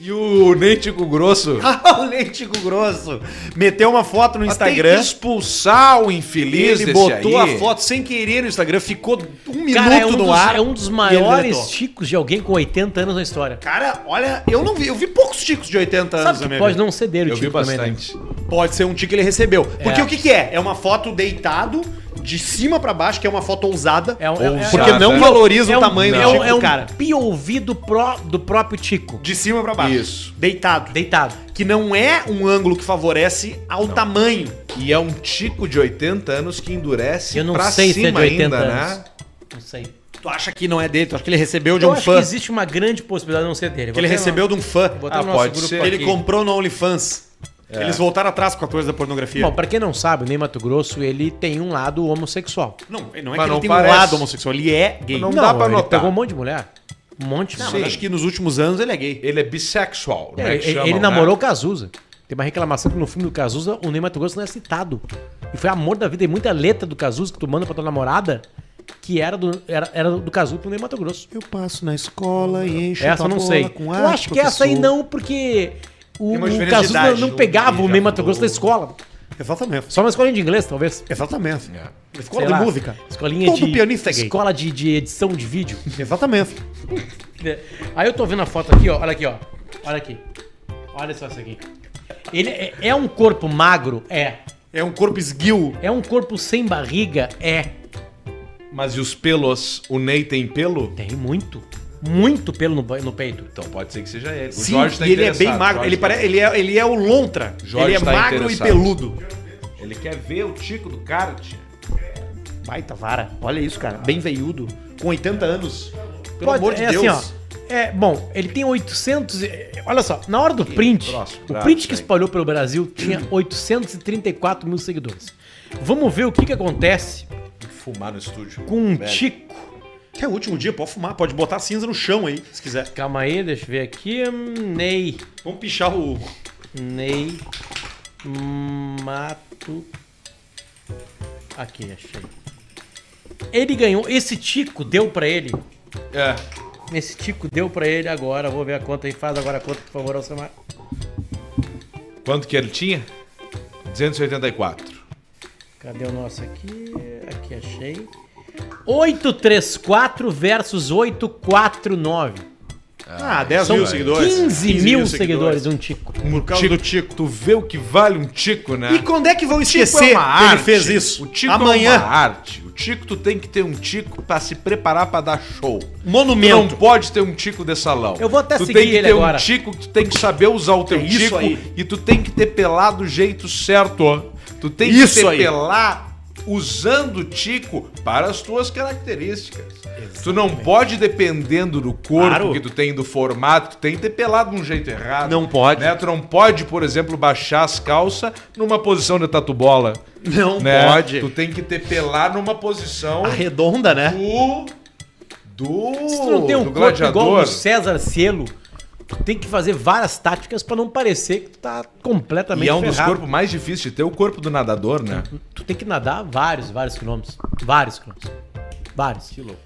E o Nêntico Grosso Ah, o Leitico Grosso meteu uma foto no tem Instagram. que expulsar o infeliz desse Ele botou aí. a foto sem querer no Instagram, ficou um minuto Cara, é um, no dos, ar. é um dos e ele maiores deletou. ticos de alguém com 80 anos na história. Cara, olha, eu não vi, eu vi poucos ticos de 80 anos Sabe na que minha pode vida. não ser dele o Eu vi tico também, né? bastante. Pode ser um tico que ele recebeu. Porque É. o que que é? É uma foto deitado de cima pra baixo, que é uma foto ousada. É um- é- Ousada. é- porque não É um- valoriza é o um- tamanho é do um, tico, é um cara. POV do, pró- do próprio tico. De cima pra baixo. Isso. Deitado. Deitado. Que não é um ângulo que favorece ao tamanho. E é um tico de 80 anos que endurece Eu não pra sei se é de cima 80 ainda, anos. né? Não sei. Tu acha que não é dele, tu acha que ele recebeu de Eu um acho fã. que Que, existe uma grande possibilidade de não ser dele. ele Botei recebeu de um fã. No, botei Ah, no nosso pode grupo ser. aqui. Ele comprou no OnlyFans. Eles voltaram atrás com a coisa da pornografia. Bom, pra quem não sabe, o Ney Mato Grosso, ele tem um lado homossexual. não, ele não é Mas que não ele tem parece. um lado homossexual, ele é gay. Não dá pra ele notar. pegou um monte de mulher. Um monte de Não, mas mulher. acho que nos últimos anos ele é gay. Ele é bissexual, É, né? que ele, chamam, ele né? namorou o Cazuza. Tem uma reclamação que no filme do Cazuza, o Ney Mato Grosso não é citado. E foi amor da vida. E muita letra do Cazuza que tu manda pra tua namorada, que era do, era, era do Cazuza pro Ney Mato Grosso. Eu passo na escola e encho Essa eu não sei. eu acho que essa aí não, porque o, Tem uma o diferença de Cazuza idade, um não o pegava Ney o já Ney Mato Grosso da falou. escola. Exatamente. Só uma escolinha de inglês, talvez. Exatamente. É. Escola Sei de lá, música. Escolinha Todo de. pianista é gay. Escola de, de edição de vídeo. Exatamente. Aí eu tô vendo a foto aqui, ó. Olha aqui, ó. Olha aqui. Olha só isso aqui. Ele é, é um corpo magro? É. É um corpo esguio. É um corpo sem barriga? É. Mas e os pelos? O Ney tem pelo? Tem muito. Muito pelo no, ba- no peito. Então pode ser que seja ele. O Sim, e ele é bem interessado, magro. Jorge Ele, tá- parece, ele, é, ele é o lontra. Jorge ele é tá magro e interessado. peludo. Ele quer ver o tico do cara, tia. Baita vara. Olha isso, cara. Bem veiudo. Com 80 anos. Pelo Pode- amor de é Deus. assim, ó. É, bom, ele tem 800. e- eh, Olha só, na hora do print, troço o brabo print isso que aí. espalhou pelo Brasil tinha 834 mil seguidores. Vamos ver o que, que acontece Fumar no estúdio. com um Velho. tico. Que é o último dia, pode fumar, pode botar cinza no chão aí, se quiser. Calma aí, deixa eu ver aqui. Hum, Ney. Vamos pichar o. Ney. Mato. Aqui, achei. Ele ganhou. Esse tico deu pra ele É. Esse tico deu pra ele agora. Vou ver a conta aí. Faz agora a conta, por favor, Alcemar. Quanto que ele tinha? 284. Cadê o nosso aqui? Aqui, achei. 834 versus 849. Ah, 10 São mil 15, seguidores. mil seguidores, um tico. Por causa do tico. Tu vê o que vale um tico, né? E quando é que vão Tico é esquecer uma que ele arte. fez isso? O tico é uma Amanhã, arte. O tico, tu tem que ter um tico pra se preparar pra dar show. Tu não monumento. pode ter um tico de salão. Eu vou até tu seguir tem que ele ter agora. um tico, tu tem que saber usar o teu É isso tico aí. e tu tem que ter pelar do jeito certo. ó. Tu tem Isso que ter aí. pelar usando o tico para as tuas características. Tu não pode dependendo do corpo Claro. que tu tem, do formato, que tu tem que ter pelado de um jeito errado. Não pode. Né? Tu não pode, por exemplo, baixar as calças numa posição de tatu-bola. Não né? pode. Tu tem que ter pelar numa posição Arredonda, né? do. Do. Se tu não tem do um corpo igual o César Cielo, tu tem que fazer várias táticas pra não parecer que tu tá completamente E é um dos ferrado. corpos mais difíceis de ter, o corpo do nadador, né? Tu tem que nadar vários, vários quilômetros. Vários quilômetros. Vários. Que loucura.